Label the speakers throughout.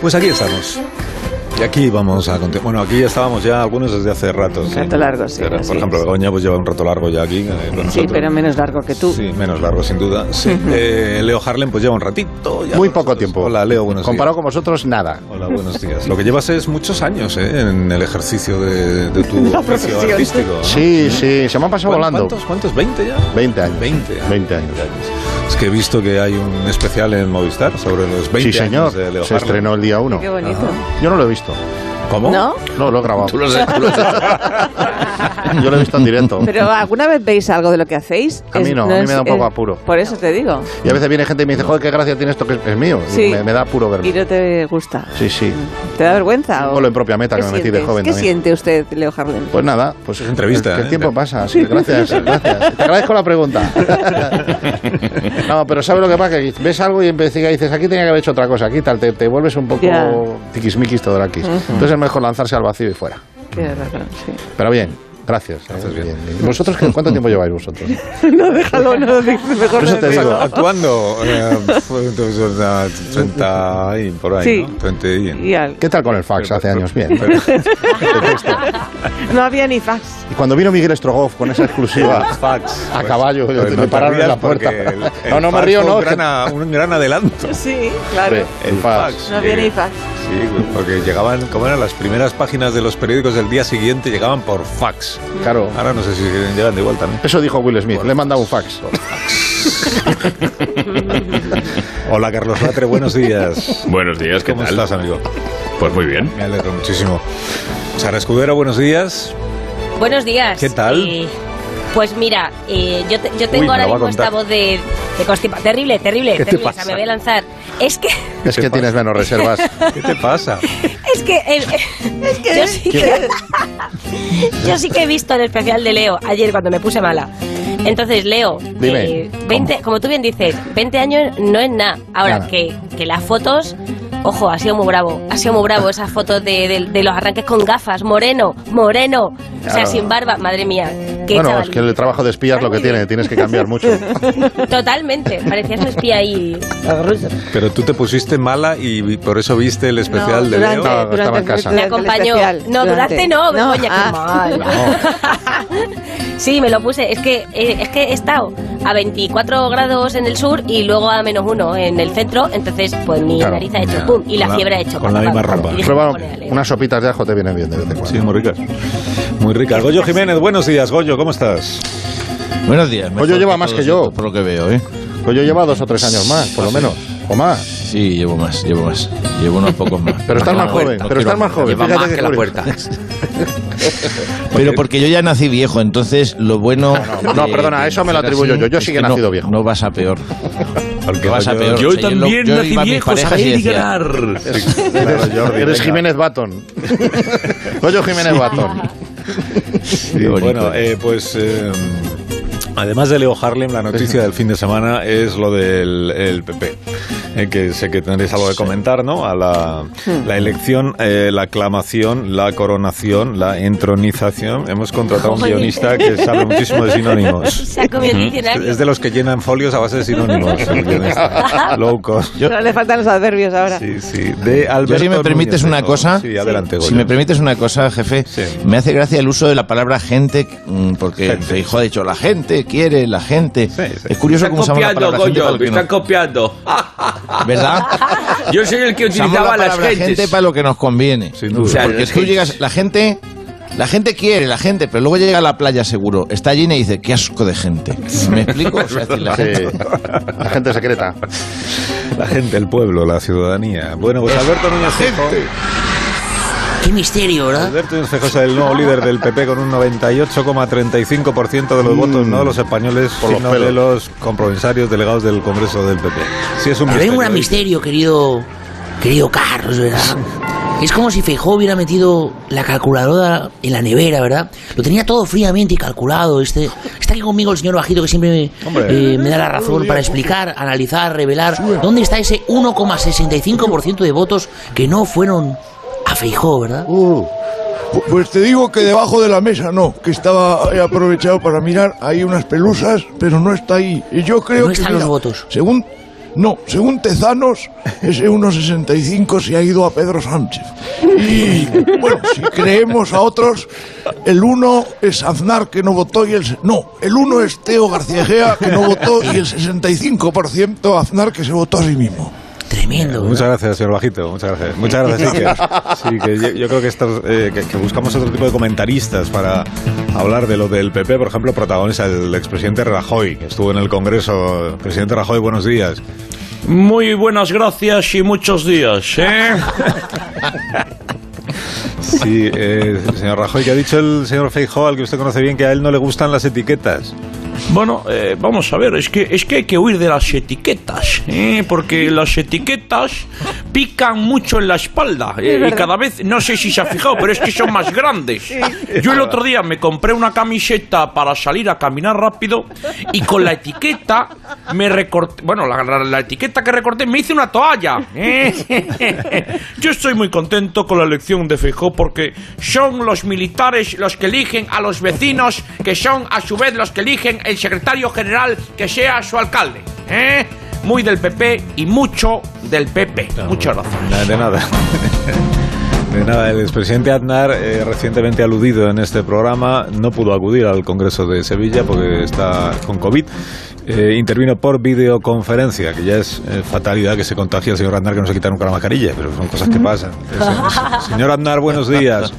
Speaker 1: Pues aquí estamos. Y aquí vamos a continuar. Bueno, aquí ya estábamos ya algunos desde hace rato.
Speaker 2: Un rato largo, sí,
Speaker 1: Pero,
Speaker 2: así
Speaker 1: por ejemplo,
Speaker 2: es.
Speaker 1: Begoña pues lleva un rato largo ya aquí. eh, con
Speaker 2: Sí,
Speaker 1: nosotros.
Speaker 2: pero menos largo que tú.
Speaker 1: Sí, menos largo sin duda. Sí. Eh, Leo Harlem pues lleva un ratito. ya
Speaker 3: Muy
Speaker 1: con
Speaker 3: poco
Speaker 1: nosotros.
Speaker 3: tiempo.
Speaker 1: Hola, Leo, buenos
Speaker 3: Comparado con vosotros, nada.
Speaker 1: días. Hola, buenos días. Lo que llevas es muchos años eh, en el ejercicio de, de tu oficio
Speaker 2: profesión.
Speaker 1: artístico. ¿no?
Speaker 3: Sí, sí, se me han pasado
Speaker 1: ¿Cuán-
Speaker 3: volando.
Speaker 1: ¿Cuántos? ¿Cuántos? ¿20 ya?
Speaker 3: 20 años.
Speaker 1: 20, años.
Speaker 3: 20 años.
Speaker 1: Es que he visto que hay un especial en Movistar sobre los 20
Speaker 3: Sí, señor.
Speaker 1: años de Leo
Speaker 3: Se
Speaker 1: Harlem.
Speaker 3: estrenó el día 1.
Speaker 2: Qué bonito.
Speaker 3: Yo no lo he visto.
Speaker 1: ¿Cómo?
Speaker 2: ¿No?
Speaker 3: No, lo he grabado.
Speaker 4: Tú lo sé, tú lo sé.
Speaker 3: Yo lo he visto en directo.
Speaker 2: Pero ¿alguna vez veis algo de lo que hacéis?
Speaker 3: A mí no, a mí me da un poco apuro.
Speaker 2: Por eso te digo.
Speaker 3: Y a veces viene gente y me dice, joder, qué gracia tiene esto que es, que es mío. Y
Speaker 2: Sí.
Speaker 3: me, me da puro
Speaker 2: Y
Speaker 3: verme.
Speaker 2: no te gusta.
Speaker 3: Sí, sí.
Speaker 2: ¿Te da vergüenza?
Speaker 3: Un gol en propia meta
Speaker 2: ¿Qué
Speaker 3: que me metí de
Speaker 2: sientes?
Speaker 3: joven
Speaker 2: ¿Qué
Speaker 3: también.
Speaker 2: siente usted, Leo Harlem?
Speaker 3: Pues nada, pues
Speaker 1: Es entrevista,
Speaker 3: el- que El,
Speaker 1: ¿eh?
Speaker 3: tiempo
Speaker 1: De-
Speaker 3: pasa, sí, gracias, gracias. Te agradezco la pregunta. No, pero ¿sabes lo que pasa? Que ves algo y investigas y dices, aquí tenía que haber hecho otra cosa, aquí tal, te, te vuelves un poco
Speaker 2: Ya.
Speaker 3: tiquismiquis todo aquí. Entonces es mejor lanzarse al vacío y fuera.
Speaker 2: Tienes razón, sí.
Speaker 3: Pero bien, gracias.
Speaker 1: Haces
Speaker 3: ¿eh?
Speaker 1: bien.
Speaker 3: ¿Y ¿Vosotros qué- cuánto tiempo lleváis vosotros?
Speaker 2: No, déjalo, no, mejor
Speaker 3: Por eso
Speaker 2: no
Speaker 3: te
Speaker 2: decirlo.
Speaker 3: digo,
Speaker 1: Actuando, eh, fue entonces, una 30 y por ahí,
Speaker 2: Sí.
Speaker 1: ¿no? 30 y...
Speaker 2: Y al-
Speaker 3: ¿Qué tal con el fax hace años? Bien.
Speaker 1: Pero-
Speaker 2: No había ni fax.
Speaker 3: Y cuando vino Miguel Strogoff con esa exclusiva
Speaker 1: fax.
Speaker 3: Ah, a caballo,
Speaker 1: Pues
Speaker 3: me
Speaker 1: no te
Speaker 3: pararon en la
Speaker 1: rías porque
Speaker 3: puerta.
Speaker 1: el- el
Speaker 3: No, no me
Speaker 1: fax
Speaker 3: río,
Speaker 1: fue
Speaker 3: no.
Speaker 1: Un
Speaker 3: es que-
Speaker 1: gran, a- un gran adelanto.
Speaker 2: Sí, claro.
Speaker 3: El fax.
Speaker 2: No había
Speaker 1: eh,
Speaker 2: ni fax.
Speaker 1: Sí, porque llegaban, como eran las primeras páginas de los periódicos del día siguiente, llegaban por fax.
Speaker 3: Claro.
Speaker 1: Ahora no sé si llegan de igual también.
Speaker 3: Eso dijo Will Smith. Le he mandado un fax.
Speaker 1: Hola, Carlos Latre, buenos días.
Speaker 4: Buenos días, ¿qué
Speaker 1: ¿Cómo
Speaker 4: tal?
Speaker 1: estás, amigo?
Speaker 4: Pues muy bien.
Speaker 1: Me alegro muchísimo. Sara Escudero, buenos días.
Speaker 5: Buenos días.
Speaker 1: ¿Qué tal?
Speaker 5: Eh, pues mira, eh, yo, te- yo
Speaker 1: Uy, me
Speaker 5: tengo
Speaker 1: lo
Speaker 5: ahora
Speaker 1: va a
Speaker 5: mismo esta
Speaker 1: contar.
Speaker 5: voz de, de constipa- Terrible, terrible,
Speaker 3: ¿Qué te
Speaker 5: terrible. O
Speaker 3: pasa?
Speaker 5: sea, me voy a lanzar. Es que,
Speaker 3: Es que tienes menos reservas.
Speaker 1: ¿Qué te pasa?
Speaker 5: es que, el- yo, sí que yo sí que he visto el especial de Leo ayer cuando me puse mala. Entonces, Leo,
Speaker 3: Dime,
Speaker 5: 20, como tú bien dices, 20 años no es nada. Ahora,
Speaker 3: Nada.
Speaker 5: Que, que las fotos, ojo, ha sido muy bravo, ha sido muy bravo esas fotos de, de- de los arranques con gafas, moreno, moreno, o sea,
Speaker 3: Claro.
Speaker 5: sin barba, madre mía. Qué
Speaker 3: bueno, es
Speaker 5: chavalín.
Speaker 3: que el trabajo de espías lo que
Speaker 5: Muy
Speaker 3: tiene,
Speaker 5: bien.
Speaker 3: tienes que cambiar mucho.
Speaker 5: Totalmente, parecías un espía ahí. los rusos.
Speaker 1: Pero tú te pusiste mala y vi- por eso viste el especial de Leo.
Speaker 3: No, estaba en
Speaker 2: el-
Speaker 3: casa.
Speaker 5: Me
Speaker 2: el
Speaker 5: acompañó.
Speaker 2: especial,
Speaker 5: No, durante no, Begoña, qué
Speaker 2: ah.
Speaker 5: mal. Sí, me lo puse. Es que, eh, es que he estado a 24 grados en el sur y luego a menos uno en el centro. Entonces, pues mi
Speaker 3: Claro,
Speaker 5: nariz ha hecho
Speaker 1: ya.
Speaker 5: pum y la,
Speaker 1: Con la-
Speaker 5: fiebre ha hecho
Speaker 1: con la
Speaker 5: pam,
Speaker 1: misma
Speaker 5: pam,
Speaker 1: ropa.
Speaker 5: pam. Y dije,
Speaker 3: Prueba
Speaker 5: "Ponle a Leo".
Speaker 3: unas sopitas de ajo te vienen bien de vez en
Speaker 1: Sí,
Speaker 3: cuando.
Speaker 1: muy ricas. Muy ricas. Goyo Jiménez, buenos días, Goyo, ¿cómo estás?
Speaker 6: Buenos días. mejor
Speaker 3: Goyo lleva más
Speaker 6: todos
Speaker 3: que yo.
Speaker 6: estos, Por lo que veo, ¿eh?
Speaker 3: Pues yo llevo dos o tres años más, por lo menos. Ah, O más.
Speaker 6: Sí, llevo más, llevo más. Llevo unos pocos más.
Speaker 3: Pero estás
Speaker 6: No,
Speaker 3: más
Speaker 6: no,
Speaker 3: joven,
Speaker 6: no
Speaker 3: pero
Speaker 6: quiero
Speaker 3: estás más joven.
Speaker 6: Lleva
Speaker 3: Fíjate
Speaker 6: más
Speaker 3: qué
Speaker 6: que la
Speaker 3: curioso.
Speaker 6: puerta. Pero porque yo ya nací viejo, entonces lo bueno...
Speaker 3: no, no, perdona, eso me lo
Speaker 6: nacer
Speaker 3: atribuyo
Speaker 6: así
Speaker 3: yo, yo
Speaker 6: es
Speaker 3: sí que
Speaker 6: que
Speaker 3: he
Speaker 6: no-
Speaker 3: nacido viejo.
Speaker 6: No vas a peor.
Speaker 1: Porque
Speaker 6: No vas a
Speaker 1: Goyo-
Speaker 6: peor.
Speaker 7: Yo
Speaker 6: O sea, lo-
Speaker 7: también
Speaker 6: yo
Speaker 7: nací
Speaker 6: iba a mis
Speaker 7: viejo,
Speaker 6: parejas y
Speaker 7: saber y
Speaker 6: decía,
Speaker 7: ganar.
Speaker 1: Claro, Jordi,
Speaker 3: Eres
Speaker 1: venga.
Speaker 3: Jiménez Batón. Goyo Jiménez Batón.
Speaker 1: Sí,
Speaker 6: Qué bonito.
Speaker 1: bueno, eh, pues eh, además de Leo Harlem, la noticia del fin de semana es lo del el PP. eh, que sé que tendréis algo que comentar, ¿no? A la,
Speaker 6: Hmm.
Speaker 1: la elección, eh, la aclamación, la coronación, la entronización. Hemos contratado a un
Speaker 5: Joder.
Speaker 1: guionista que sabe muchísimo de sinónimos.
Speaker 5: Se ha comido el diccionario.
Speaker 1: Es de los que llenan folios a base de sinónimos. el guionista. Low cost.
Speaker 2: Solo le faltan los adverbios ahora.
Speaker 1: Sí, sí. De Alberto
Speaker 6: Yo, si me
Speaker 1: Núñez
Speaker 6: permites
Speaker 1: de
Speaker 6: una
Speaker 1: Oro.
Speaker 6: cosa,
Speaker 1: Sí, adelante,
Speaker 6: si
Speaker 1: Goyo.
Speaker 6: me permites una cosa, jefe,
Speaker 1: Sí.
Speaker 6: me hace gracia el uso de la palabra gente, mm, porque
Speaker 1: Gente.
Speaker 6: el hijo ha dicho la gente quiere, la gente.
Speaker 1: Sí, sí.
Speaker 6: Es curioso
Speaker 7: Están
Speaker 6: cómo usamos la
Speaker 7: copiando,
Speaker 6: palabra gente
Speaker 7: Goyo,
Speaker 6: para lo
Speaker 7: me
Speaker 6: que
Speaker 7: están copiando.
Speaker 8: Ah,
Speaker 6: no- ¿verdad?
Speaker 7: Yo soy el que
Speaker 6: Usamos la
Speaker 7: utilizaba las
Speaker 6: palabra gente
Speaker 7: gentes.
Speaker 6: para lo que nos conviene.
Speaker 1: Sin duda.
Speaker 7: O sea,
Speaker 6: Porque
Speaker 7: las
Speaker 6: tú
Speaker 7: gentes.
Speaker 6: llegas, la gente, la gente quiere, la gente, pero luego llega a la playa seguro, está allí y dice, qué asco de gente. ¿Me explico? O sea, es decir, la
Speaker 3: Sí,
Speaker 6: gente-
Speaker 3: la gente secreta.
Speaker 1: La gente, el pueblo, la ciudadanía. Bueno, pues Alberto Núñez Feijóo-
Speaker 9: Qué misterio, ¿verdad?
Speaker 1: Alberto Núñez Feijóo es el nuevo líder del PP con un 98,35% de los votos, no de los españoles,
Speaker 3: Mm. Por los
Speaker 1: sino
Speaker 3: pelos.
Speaker 1: de los compromisarios delegados del Congreso del PP. Sí, es un
Speaker 9: Pero hay
Speaker 1: misterio. ¿eh?
Speaker 9: un gran misterio, querido
Speaker 10: querido Carlos, ¿verdad? Es como si Feijó hubiera metido la calculadora en la nevera, ¿verdad? Lo tenía todo fríamente y calculado. Este, está aquí conmigo el señor Bajito que siempre me,
Speaker 1: Hombre.
Speaker 10: eh, me da la razón para explicar, analizar, revelar dónde está ese 1,65% de votos que no fueron a Feijó, ¿verdad?
Speaker 11: Uh, pu- pues te digo que debajo de la mesa no, que estaba he aprovechado para mirar, hay unas pelusas, pero no está ahí. Y yo creo
Speaker 10: No
Speaker 11: que.
Speaker 10: están los votos.
Speaker 11: Según. No, según Tezanos, ese 1,65 se ha ido a Pedro Sánchez. Y bueno, si creemos a otros, el 1 es Aznar que no votó y el. se- No, el 1 es Teo García Gea que no votó y el 65% Aznar que se votó a sí mismo.
Speaker 10: Tremendo. ¿verdad?
Speaker 1: Muchas gracias, señor Bajito. Muchas gracias. Muchas gracias, Iker. Sí, que yo, yo creo que, estos, eh, que, que buscamos otro tipo de comentaristas para hablar de lo del PP. Por ejemplo, protagoniza el expresidente Rajoy, que estuvo en el Congreso. Presidente Rajoy, buenos días.
Speaker 8: Muy buenas gracias y muchos días, ¿eh?
Speaker 1: Sí, eh, señor Rajoy, que ha dicho el señor Feijóo, al que usted conoce bien, que a él no le gustan las etiquetas.
Speaker 8: Bueno, eh, vamos a ver, es que, es que hay que huir de las etiquetas, ¿eh? porque las etiquetas pican mucho en la espalda eh, y cada vez, no sé si se ha fijado, pero es que son más grandes. Yo el otro día me compré una camiseta para salir a caminar rápido y con la etiqueta me recorté, bueno, la, la- la etiqueta que recorté me hice una toalla. ¿eh? Yo estoy muy contento con la elección de Feijóo porque son los militares los que eligen a los vecinos, que son a su vez los que eligen el secretario general que sea su alcalde. ¿eh? Muy del PP y mucho del PP. Muchas gracias.
Speaker 1: Nada, De nada. De nada, el expresidente Aznar, eh, recientemente aludido en este programa, no pudo acudir al Congreso de Sevilla porque está con COVID. Eh, intervino por videoconferencia, que ya es eh, fatalidad que se contagie el señor Aznar que no se quita nunca la mascarilla, pero son cosas que pasan. Es- señor Aznar, buenos días.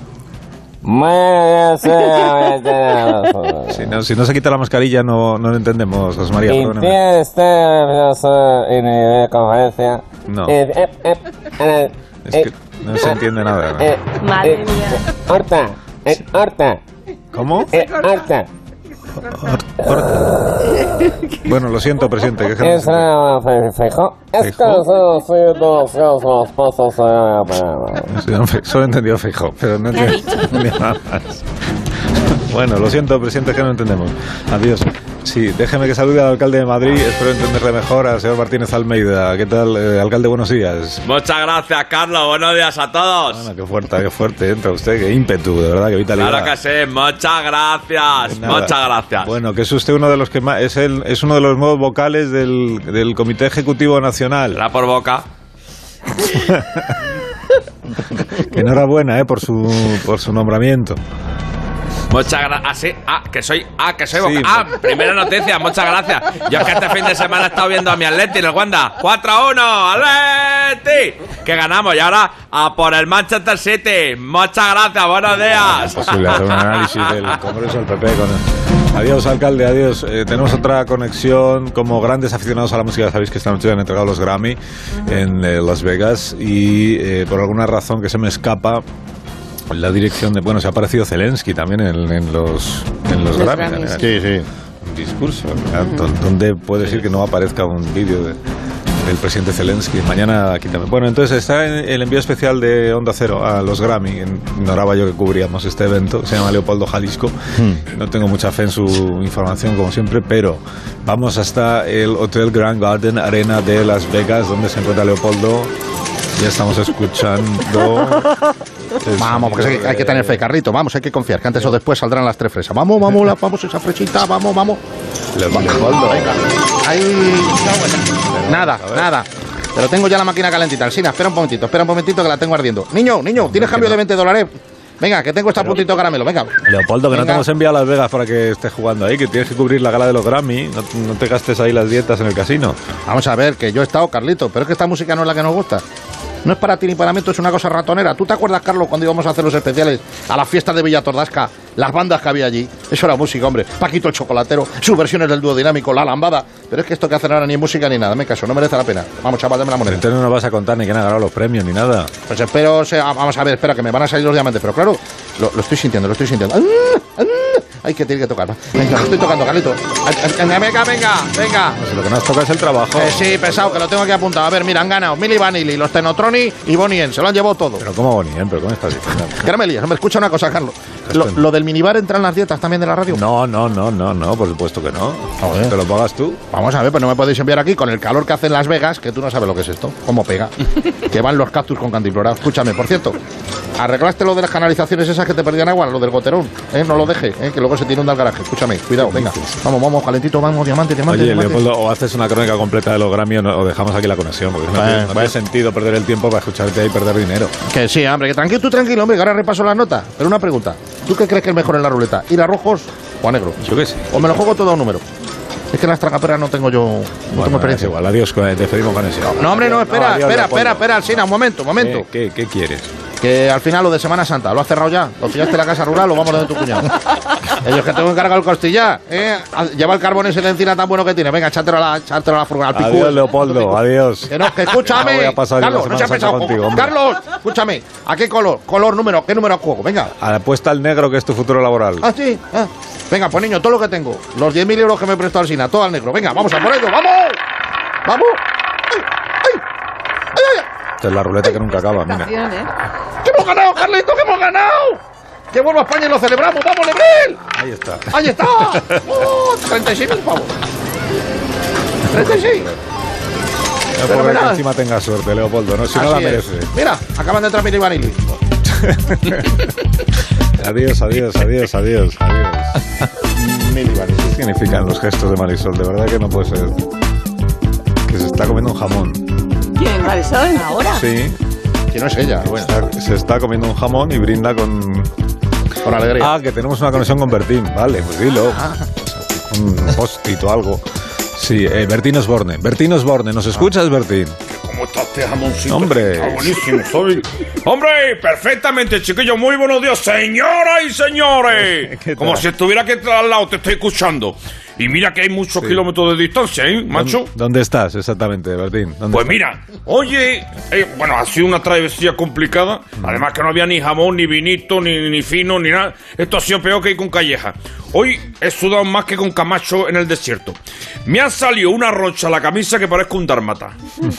Speaker 1: Si no, si no se quita la mascarilla no, no lo entendemos, José Pues María.
Speaker 12: ¿Y
Speaker 1: perdóname.
Speaker 12: qué está eso en la conferencia?
Speaker 1: No.
Speaker 12: Eh, eh, eh, eh,
Speaker 1: Es que no se entiende nada.
Speaker 12: eh,
Speaker 4: Madre
Speaker 12: eh,
Speaker 4: mía.
Speaker 12: Horta, eh, Horta,
Speaker 1: ¿Cómo?
Speaker 12: eh, Horta.
Speaker 1: Bueno, lo siento, presidente. que es que no
Speaker 12: Es
Speaker 1: se entiende.
Speaker 3: eh,
Speaker 12: la fe- fejo. Es que
Speaker 1: Fejo.
Speaker 12: son soy eh, dos son los pozos de la palabra.
Speaker 1: Sí, no, fe- Solo he entendido fijo, pero no
Speaker 4: ¿Qué ha
Speaker 1: entiendo nada más. Bueno, lo siento, presidente, es que no entendemos. Adiós. Sí, déjeme que salude al alcalde de Madrid. Espero entenderle mejor, al señor Martínez Almeida. ¿Qué tal, eh, alcalde? Buenos días.
Speaker 8: Muchas gracias, Carlos. Buenos días a todos.
Speaker 1: Bueno, qué fuerte, qué fuerte entra usted, qué ímpetu, de verdad, qué vitalidad.
Speaker 8: Claro que sí, muchas gracias.
Speaker 1: Nada.
Speaker 8: Muchas gracias.
Speaker 1: Bueno, que es usted uno de los que más, es, el, es uno de los nuevos vocales del, del Comité Ejecutivo Nacional.
Speaker 8: La por boca.
Speaker 1: Que enhorabuena, eh, por su, por su nombramiento.
Speaker 8: Muchas gracias. Ah, sí. Ah, que soy. Ah, que soy
Speaker 1: Sí,
Speaker 8: boca.
Speaker 1: mo-
Speaker 8: Ah, primera noticia. Muchas gracias. Yo es que este fin de semana he estado viendo a mi Atleti en el Wanda. 4-1. Atleti. Que ganamos. Y ahora a por el Manchester City. Muchas gracias. Buenos días.
Speaker 1: posible hacer un análisis del Congreso del PP. con- Adiós, alcalde, adiós. Eh, tenemos otra conexión como grandes aficionados a la música. Sabéis que esta noche han entregado los Grammy en eh, Las Vegas y eh, por alguna razón que se me escapa. La dirección de. Bueno, se ha aparecido Zelensky también en, en los, en
Speaker 13: Los
Speaker 1: los, Grammy.
Speaker 13: Grammys.
Speaker 1: también.
Speaker 3: Sí, sí.
Speaker 1: Un discurso. ¿verdad? Don- Donde puede decir que no aparezca un vídeo de- del presidente Zelensky. Mañana aquí también. Bueno, entonces está en- el envío especial de Onda Cero a los Grammy. En- Ignoraba yo que cubríamos este evento. Se llama Leopoldo Jalisco. No tengo mucha fe en su información, como siempre, pero vamos hasta el Hotel Grand Garden Arena de Las Vegas, donde se encuentra Leopoldo. Ya estamos escuchando. el
Speaker 3: Vamos, porque hay,
Speaker 1: sonido
Speaker 3: que- hay que tener fe,
Speaker 1: de
Speaker 3: Carrito. Vamos, hay que confiar, que antes o después saldrán las tres fresas. Vamos, vamos, la- vamos esa fresita, vamos, vamos.
Speaker 1: Leopoldo.
Speaker 3: Ahí. Nada, nada. Pero tengo ya la máquina calentita. Alcina, espera un momentito, espera un momentito que la tengo ardiendo. Niño, niño, ¿tienes cambio de 20 dólares? Venga, que tengo este puntito de caramelo, venga.
Speaker 1: Leopoldo, que no te
Speaker 3: Venga.
Speaker 1: hemos enviado a Las Vegas para que estés jugando ahí, que tienes que cubrir la gala de los Grammy, no, no te gastes ahí las dietas en el casino.
Speaker 3: Vamos a ver, que yo he estado, Carlito, pero es que esta música no es la que nos gusta. No es para ti ni para mí, esto es una cosa ratonera. ¿Tú te acuerdas, Carlos, cuando íbamos a hacer los especiales a la fiesta de Villa Tordasca las bandas que había allí. Eso era música, hombre. Paquito el Chocolatero, sus versiones del dúo dinámico, la lambada. Pero es que esto que hacen ahora ni es música ni nada, me caso, no merece la pena. Vamos, chaval, dame la moneda.
Speaker 1: Entonces no nos vas a contar ni quién ha ganado los premios ni nada.
Speaker 3: Pues espero, sea- vamos a ver, espera, que me van a salir los diamantes, pero claro, lo, lo estoy sintiendo, lo estoy sintiendo. ¡Ah! ¡Ah! Hay que tiene que tocar. Venga, lo estoy tocando, Carlito. Ay, ay, Venga, venga, venga, venga.
Speaker 1: Si lo que nos toca es el trabajo.
Speaker 3: Eh, sí, pesado, que lo tengo aquí apuntado. A ver, mira, han ganado Milly Vanilli, los Tenotroni y Bonnie M. Se lo han llevado todo.
Speaker 1: Pero cómo Bonnie M, pero cómo estás diciendo.
Speaker 3: Que no me líes, hombre, escucha una cosa, Carlos. Lo, lo del minibar entra en las dietas también de la radio.
Speaker 1: No, no, no, no, no, por supuesto que no. Te lo pagas tú.
Speaker 3: Vamos a ver, pues no me podéis enviar aquí con el calor que hace en Las Vegas, que tú no sabes lo que es esto, cómo pega. que van los cactus con cantimplora. Escúchame, por cierto, arreglaste lo de las canalizaciones esas que te perdían agua, lo del goterón, ¿eh? No lo deje, ¿eh? que luego se tiene un al garaje. Escúchame, cuidado, venga. Vamos, vamos, calentito, vamos, diamante, diamante,
Speaker 1: Oye,
Speaker 3: diamante.
Speaker 1: Leopoldo, o haces una crónica completa de los Grammy o, no- o dejamos aquí la conexión, porque no,
Speaker 3: Bueno,
Speaker 1: tiene, no tiene
Speaker 3: bueno.
Speaker 1: sentido perder el tiempo para escucharte ahí y perder dinero.
Speaker 3: Que sí, hombre, que tranquilo, tú tranquilo, hombre, que ahora repaso las notas. Pero una pregunta, ¿tú qué crees que es mejor en la ruleta? ¿Ir a rojos o a negros?
Speaker 1: Yo qué sé.
Speaker 3: O me lo juego todo a un número. Es que en las tragaperas no tengo yo, no tengo
Speaker 1: es
Speaker 3: experiencia.
Speaker 1: igual, adiós, con- despedimos con eso.
Speaker 3: No, hombre, no, espera,
Speaker 1: adiós,
Speaker 3: espera,
Speaker 1: Leopoldo.
Speaker 3: espera, espera, Alsina, un momento, un momento.
Speaker 1: ¿Qué, qué, qué quieres?
Speaker 3: Que al final lo de Semana Santa, ¿lo has cerrado ya? ¿Lo pillaste en la casa rural o vamos a lo de tu cuñado? Ellos que tengo encargado el costillar, ¿eh? Lleva el carbón ese de encina tan bueno que tiene. Venga, echártelo a la, echártelo a la furgoneta, al picú.
Speaker 1: Adiós, Leopoldo, adiós.
Speaker 3: Que no, que escúchame.
Speaker 1: No voy a pasar yo la
Speaker 3: Carlos, no se ha
Speaker 1: Semana Santa
Speaker 3: pensado.
Speaker 1: contigo, hombre.
Speaker 3: Carlos, escúchame. ¿A qué color? Color, número, ¿qué número juego? Venga.
Speaker 1: A la apuesta al negro que es tu futuro laboral.
Speaker 3: Ah, sí. ah. Venga, pues niño, todo lo que tengo. Los 10.000 euros que me prestó Alsina, todo al negro. Venga, vamos a por ello, vamos. Vamos.
Speaker 1: Esta es la ruleta que nunca acaba, mira.
Speaker 3: ¡Que hemos ganado, Carlito, que hemos ganado! ¡Que vuelva a España y lo celebramos! ¡Vamos, Lebrel!
Speaker 1: Ahí está.
Speaker 3: ¡Ahí está! ¡Oh, 36.000 pavos! ¡36!
Speaker 1: No puedo creer que encima tenga suerte, Leopoldo, no, si no la
Speaker 3: Así es.
Speaker 1: merece.
Speaker 3: Mira, acaban de entrar Mili Vanilli.
Speaker 1: Adiós, adiós, adiós, adiós, adiós. ¿Qué significan los gestos de Marisol? De verdad que no puede ser. Que se está comiendo un jamón.
Speaker 2: ¿Quién? ¿Marisol? ¿Ahora?
Speaker 1: Sí.
Speaker 3: Que no es ella.
Speaker 1: Está- se está comiendo un jamón y brinda con...
Speaker 3: Con alegría.
Speaker 1: Ah, que tenemos una conexión con Bertín. Vale, pues dilo. Un post-it o algo. Sí, eh, Bertín Osborne. Bertín Osborne, ¿nos escuchas, Bertín?
Speaker 8: ¿Cómo está este jamoncito?
Speaker 1: Hombre.
Speaker 8: Está buenísimo, soy. Hombre, perfectamente, chiquillo. Muy buenos días, señoras y señores.
Speaker 1: ¿Qué tal?
Speaker 8: Como si estuviera aquí al lado, te estoy escuchando. Y mira que hay muchos kilómetros de distancia, ¿eh, macho?
Speaker 1: ¿Dónde, dónde estás exactamente, Bertín? ¿Dónde estás?
Speaker 8: Pues mira, oye, eh, bueno, ha sido una travesía complicada.
Speaker 1: Mm.
Speaker 8: Además que no había ni jamón, ni vinito, ni, ni fino, ni nada. Esto ha sido peor que ir con calleja. Hoy he sudado más que con Camacho en el desierto. Me ha salido una rocha a la camisa que parezco un dármata.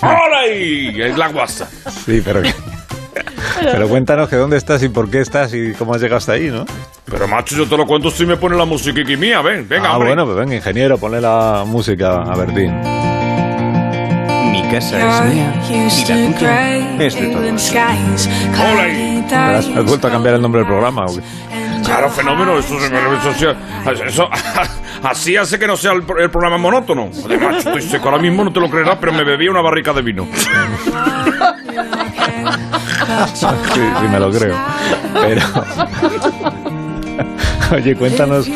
Speaker 8: ¡Ole! Es la guasa.
Speaker 1: Sí, pero... Pero cuéntanos que dónde estás y por qué estás y cómo has llegado hasta ahí, ¿no?
Speaker 8: Pero macho, yo te lo cuento si me pone la musiquiqui mía, ven, venga,
Speaker 1: ah,
Speaker 8: hombre.
Speaker 1: bueno, pues venga, ingeniero, ponle la música a Bertín.
Speaker 10: Mi casa es mía y la tuya es de todos.
Speaker 8: ¡Ole!
Speaker 1: ¿Has, has vuelto a cambiar el nombre del programa? o qué?
Speaker 8: Claro, fenómeno, eso, se me- eso, se- eso- así hace que no sea el, pro- el programa monótono. Además, estoy seco, ahora mismo no te lo creerás, pero me bebí una barrica de vino.
Speaker 1: sí, sí, me lo creo. Pero... Oye, cuéntanos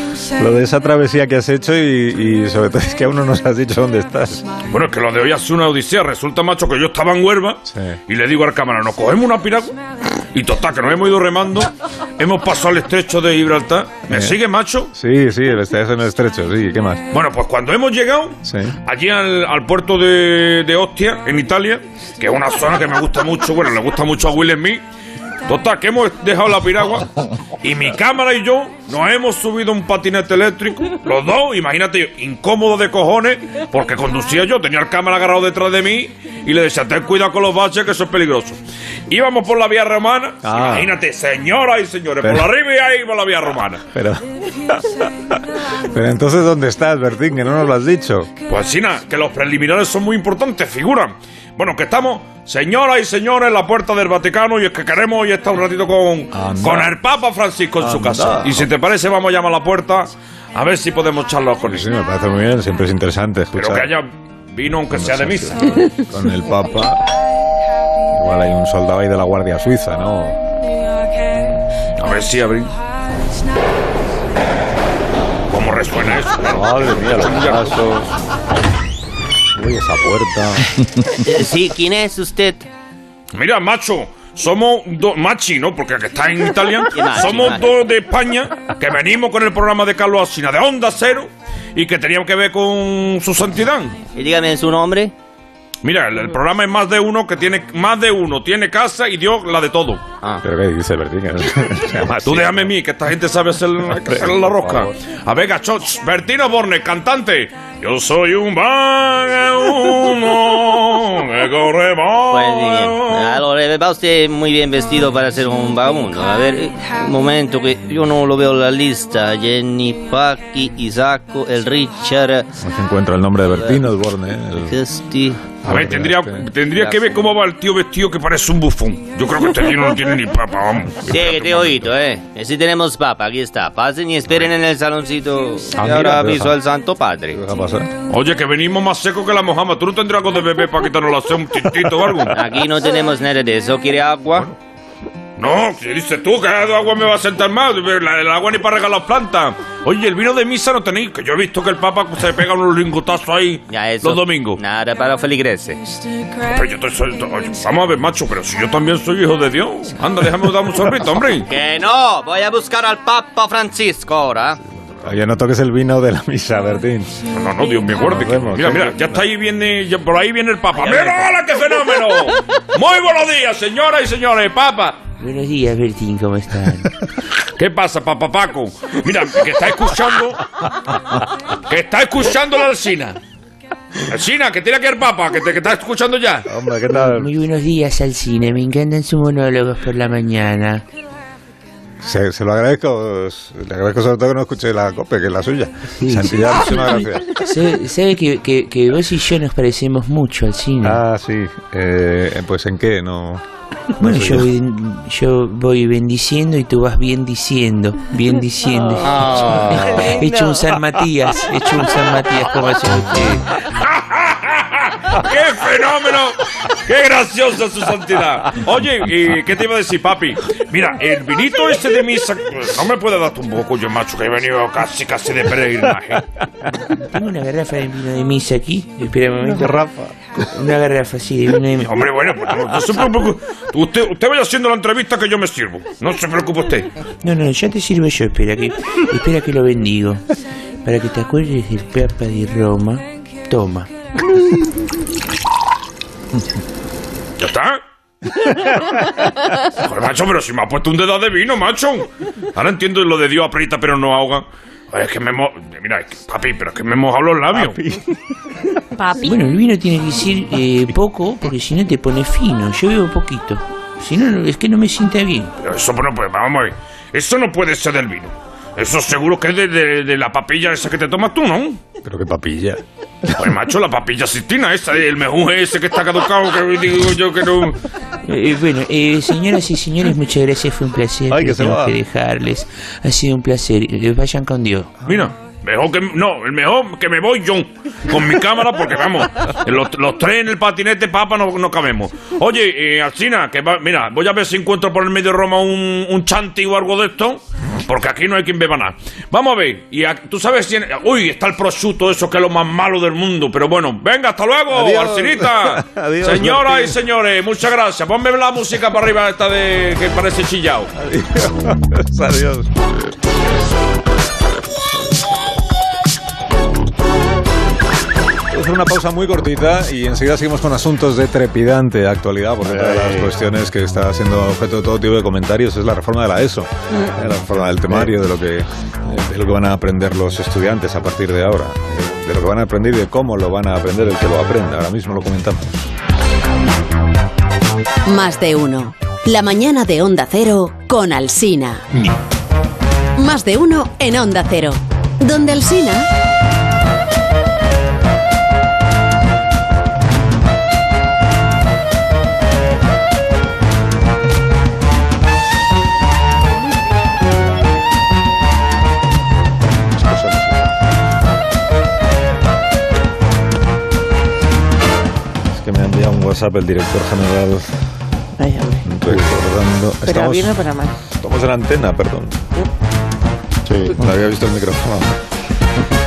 Speaker 1: lo de esa travesía que has hecho y, y sobre todo es que aún no nos has dicho dónde estás.
Speaker 8: Bueno, es que lo de hoy ha sido una odisea. Resulta, macho, que yo estaba en Huelva y le digo al camarón, cogemos una piragua y total, que nos hemos ido remando, hemos pasado el estrecho de Gibraltar. ¿Me
Speaker 1: Eh.
Speaker 8: sigue, macho?
Speaker 1: Sí, sí, estás en el estrecho, sí, ¿qué más?
Speaker 8: Bueno, pues cuando hemos llegado,
Speaker 1: Sí.
Speaker 8: Allí al, al puerto de, de Ostia, en Italia, que es una zona que me gusta mucho, bueno, le gusta mucho a Will Smith. Total, que hemos dejado la piragua y mi cámara y yo nos hemos subido a un patinete eléctrico, los dos, imagínate, incómodo de cojones, porque conducía yo, tenía el cámara agarrado detrás de mí y le decía, ten cuidado con los baches, que eso es peligroso. Íbamos por la vía romana,
Speaker 1: Ah.
Speaker 8: imagínate, señoras y señores,
Speaker 1: Pero-
Speaker 8: por la Riviera y por la vía romana.
Speaker 1: Pero, pero entonces, ¿dónde estás, Bertín? Que no nos lo has dicho.
Speaker 8: Pues sí, nada, que los preliminares son muy importantes, figuran. Bueno, que estamos, señoras y señores, en la puerta del Vaticano y es que queremos hoy estar un ratito con, con el Papa Francisco en su
Speaker 1: Anda.
Speaker 8: casa. Y si te parece, vamos a llamar a la puerta a ver si podemos charlar con él.
Speaker 1: Sí, me parece muy bien, siempre es interesante
Speaker 8: Pero
Speaker 1: escuchar
Speaker 8: que haya vino aunque sea de misa.
Speaker 1: con el Papa. Igual hay un soldado ahí de la Guardia Suiza, ¿no?
Speaker 8: A ver si abrí. ¿Cómo resuena eso?
Speaker 1: Madre mía, los pasos. Uy, esa puerta.
Speaker 14: Sí, ¿quién es usted?
Speaker 8: Mira, macho, somos dos, Machi, ¿no? Porque el que está en Italia,
Speaker 14: Y Machi,
Speaker 8: somos
Speaker 14: Machi.
Speaker 8: dos de España que venimos con el programa de Carlos Asina de Onda Cero y que teníamos que ver con su santidad.
Speaker 14: Y dígame su nombre.
Speaker 8: Mira, el, el programa es más de uno que tiene más de uno, tiene casa y Dios la de todo.
Speaker 14: Ah.
Speaker 1: Ah, Pero que dice Bertín.
Speaker 8: Tú déjame a mí, que esta gente sabe hacer, hay que hacer la rosca. A ver, gacho, sh, Bertino Borne, cantante. Yo soy un vagabundo que corre
Speaker 14: Pues bien, a lo breve, va usted muy bien vestido para ser un vagabundo. A ver, eh, un momento que yo no lo veo en la lista. Jenny, Paki, Isaco, el Richard.
Speaker 1: No se encuentra el nombre de Bertino Osborne. ¿eh?
Speaker 8: A ver, tendría, tendría que ver cómo va el Pues, tío vestido que parece un bufón. Yo creo que este tío no tiene ni papa, vamos.
Speaker 14: Sí, que te he oído, eh. Si tenemos papa, aquí está. Pasen y esperen en el saloncito.
Speaker 8: Ah,
Speaker 14: y
Speaker 8: mira,
Speaker 14: ahora
Speaker 8: deja.
Speaker 14: aviso al Santo Padre.
Speaker 8: Oye, que venimos más seco que la mojama. ¿Tú no tendrás algo de bebé para quitarnos la sed, un tintito o algo?
Speaker 14: Aquí no tenemos nada de eso. ¿Quiere agua?
Speaker 8: No, si dices tú que el agua me va a sentar mal, la- el agua ni para regar las plantas. Oye, el vino de misa no tenéis, que yo he visto que el Papa se pega unos lingotazos ahí los domingos.
Speaker 14: Nada para feligreses.
Speaker 8: Pero yo te soy, oye, vamos a ver, macho, pero si yo también soy hijo de Dios. Anda, déjame dar un sombrito, hombre.
Speaker 14: Que no, voy a buscar al Papa Francisco ahora.
Speaker 1: Oye, no toques el vino de la misa, Bertín.
Speaker 8: No, no, no, Dios mío, guarde.
Speaker 1: ¿eh?
Speaker 8: Mira, mira, ya está ahí viene, ya por ahí viene el Papa.
Speaker 10: Ahí
Speaker 8: ¡Mira, hola, qué fenómeno! Muy buenos días, señoras y señores, Papa.
Speaker 10: Buenos días, Bertín, ¿cómo están?
Speaker 8: ¿Qué pasa, papá Paco? Mira, que está escuchando. Que está escuchando la Alcina. Alcina, que tiene que el papa, que te que está escuchando ya.
Speaker 1: Hombre, ¿qué tal?
Speaker 10: Muy buenos días, Alcina. Me encantan sus monólogos por la mañana.
Speaker 1: Se, se lo agradezco, s- le agradezco sobre todo que no escuche la cope, que es la suya. Santidad, muchísimas gracias.
Speaker 10: Sabe, sabe que, que- que vos y yo nos parecemos mucho, Alcina.
Speaker 1: Ah, sí. Eh, pues en qué, no.
Speaker 10: Bueno,
Speaker 1: soy
Speaker 10: yo, ben- yo voy bendiciendo y tú vas bien diciendo, bien diciendo.
Speaker 1: Ah.
Speaker 10: He hecho un San Matías, he hecho un San Matías como hacen ustedes.
Speaker 8: ¡Qué fenómeno! ¡Qué graciosa su santidad! Oye, ¿y ¿qué te iba a decir, papi? Mira, el vinito este de misa. No me puede darte un poco, yo, macho, que he venido casi, casi de peregrinaje.
Speaker 10: Tengo una garrafa de vino de misa aquí. Espera un momento.
Speaker 8: Una garrafa.
Speaker 10: Una garrafa, sí, de vino de misa.
Speaker 8: Hombre, bueno, pues no, no se preocupe. Usted, usted vaya haciendo la entrevista que yo me sirvo. No se preocupe usted.
Speaker 10: No, no, ya te sirvo yo. Espera que, espera que lo bendigo. Para que te acuerdes del Papa de Roma. Toma.
Speaker 8: ¿Ya está? Joder, macho, pero si me ha puesto un dedo de vino, macho. Ahora entiendo lo de Dios aprieta pero no ahoga. Ay, es que me mo Mira, es que- papi, pero es que me he mojado los labios.
Speaker 5: Papi.
Speaker 10: Bueno, el vino tiene que ser eh, poco, porque si no te pone fino. Yo bebo poquito. Si no, no, es que no me sienta bien.
Speaker 8: Pero eso no puede, pues, vamos a ver. Eso no puede ser del vino. Eso seguro que es de, de- de la papilla esa que te tomas tú, ¿no?
Speaker 1: ¿Pero qué papilla?
Speaker 8: Pues macho, la papilla cistina esa, el mejunje ese que está caducado, que digo yo que no.
Speaker 10: Eh, bueno, eh, señoras y señores, muchas gracias. Fue un placer.
Speaker 8: Ay,
Speaker 10: pero
Speaker 8: que se
Speaker 10: tengo
Speaker 8: va.
Speaker 10: que dejarles. Ha sido un placer. Eh, Vayan con Dios.
Speaker 8: Mira,
Speaker 1: Ah.
Speaker 8: mejor que. No, el mejor que me voy yo con mi cámara, porque vamos, los, los tres en el patinete, papa, no, no cabemos. Oye, eh, Alcina, que va- mira, voy a ver si encuentro por el medio de Roma un, un chanti o algo de esto, porque aquí no hay quien beba nada. Vamos a ver, y a- tú sabes si. en- uy, está el prosciutto, eso que es lo más malo del mundo, pero bueno, venga, hasta luego,
Speaker 1: Adiós.
Speaker 8: Alcinita.
Speaker 1: Adiós,
Speaker 8: Señoras y
Speaker 1: Martín.
Speaker 8: señores, muchas gracias. Ponme la música para arriba, esta de que parece chillao.
Speaker 1: Adiós. Vamos a hacer una pausa muy cortita y enseguida seguimos con asuntos de trepidante actualidad, porque una de las cuestiones que está siendo objeto de todo tipo de comentarios es la reforma de la ESO, eh, la reforma del temario, de lo que de lo que van a aprender los estudiantes a partir de ahora, eh, de lo que van a aprender y de cómo lo van a aprender el que lo aprenda. Ahora mismo lo comentamos.
Speaker 15: Más de uno. La mañana de Onda Cero con Alsina. Más de uno en Onda Cero. Donde Alsina.
Speaker 1: Es que me ha enviado un WhatsApp el director general recordando.
Speaker 2: Pero viene para mal.
Speaker 1: Estamos en antena, perdón. Sí, no había visto el micrófono.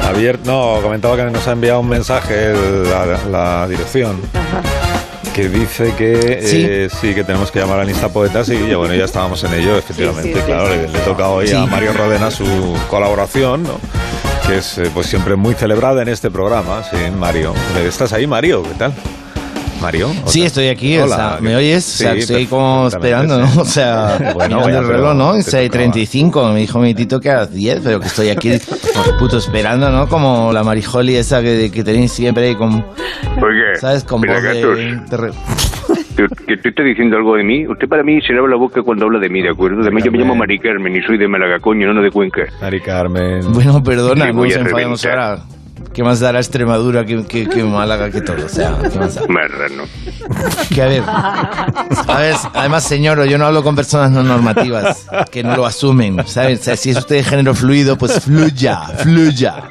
Speaker 1: Abierto, no, comentaba que nos ha enviado un mensaje el- la, la dirección. que dice que
Speaker 6: Sí.
Speaker 1: eh, sí, que tenemos que llamar al Insta Poetas y ya, bueno, ya estábamos en ello, efectivamente.
Speaker 6: Sí, sí, sí,
Speaker 1: claro, le, le toca hoy a
Speaker 6: Sí.
Speaker 1: Mario Rodena su colaboración, ¿no? que es eh, pues siempre muy celebrada en este programa. Sí, Mario. ¿Estás ahí, Mario? ¿Qué tal? Mario.
Speaker 6: Sí, estoy aquí, o
Speaker 1: Hola,
Speaker 6: sea,
Speaker 1: ¿qué-
Speaker 6: ¿me oyes?
Speaker 1: Sí,
Speaker 6: o sea, estoy como
Speaker 1: perfectamente,
Speaker 6: esperando, ¿no? O sea,
Speaker 1: Bueno,
Speaker 6: bueno,
Speaker 1: ya,
Speaker 6: el
Speaker 1: pero
Speaker 6: reloj, ¿no?
Speaker 1: te
Speaker 6: 6.35, me dijo mi tito que a las 10, pero que estoy aquí como puto esperando, ¿no? Como la Marijoli esa que, que tenéis siempre ahí con...
Speaker 16: Oye,
Speaker 6: ¿Sabes? Con voz de-
Speaker 16: Pelagatos,
Speaker 6: de re-
Speaker 16: ¿te, te, te está diciendo algo de mí? Usted para mí se lava la boca cuando habla de mí, ¿de acuerdo? Además yo me llamo Mari Carmen y soy de Málaga, coño, no de Cuenca.
Speaker 1: Mari Carmen.
Speaker 6: Bueno, perdona,
Speaker 16: Te
Speaker 6: no
Speaker 16: voy
Speaker 6: nos
Speaker 16: a
Speaker 6: enfademos
Speaker 16: reventar.
Speaker 6: ahora. ¿Qué más dará Extremadura que, que, que Málaga que todo? O sea, ¿qué más da?
Speaker 16: Marrano.
Speaker 6: Que a ver, a ver, además, señor, yo no hablo con personas no normativas que no lo asumen, ¿sabes? O sea, si es usted de género fluido, pues fluya, fluya.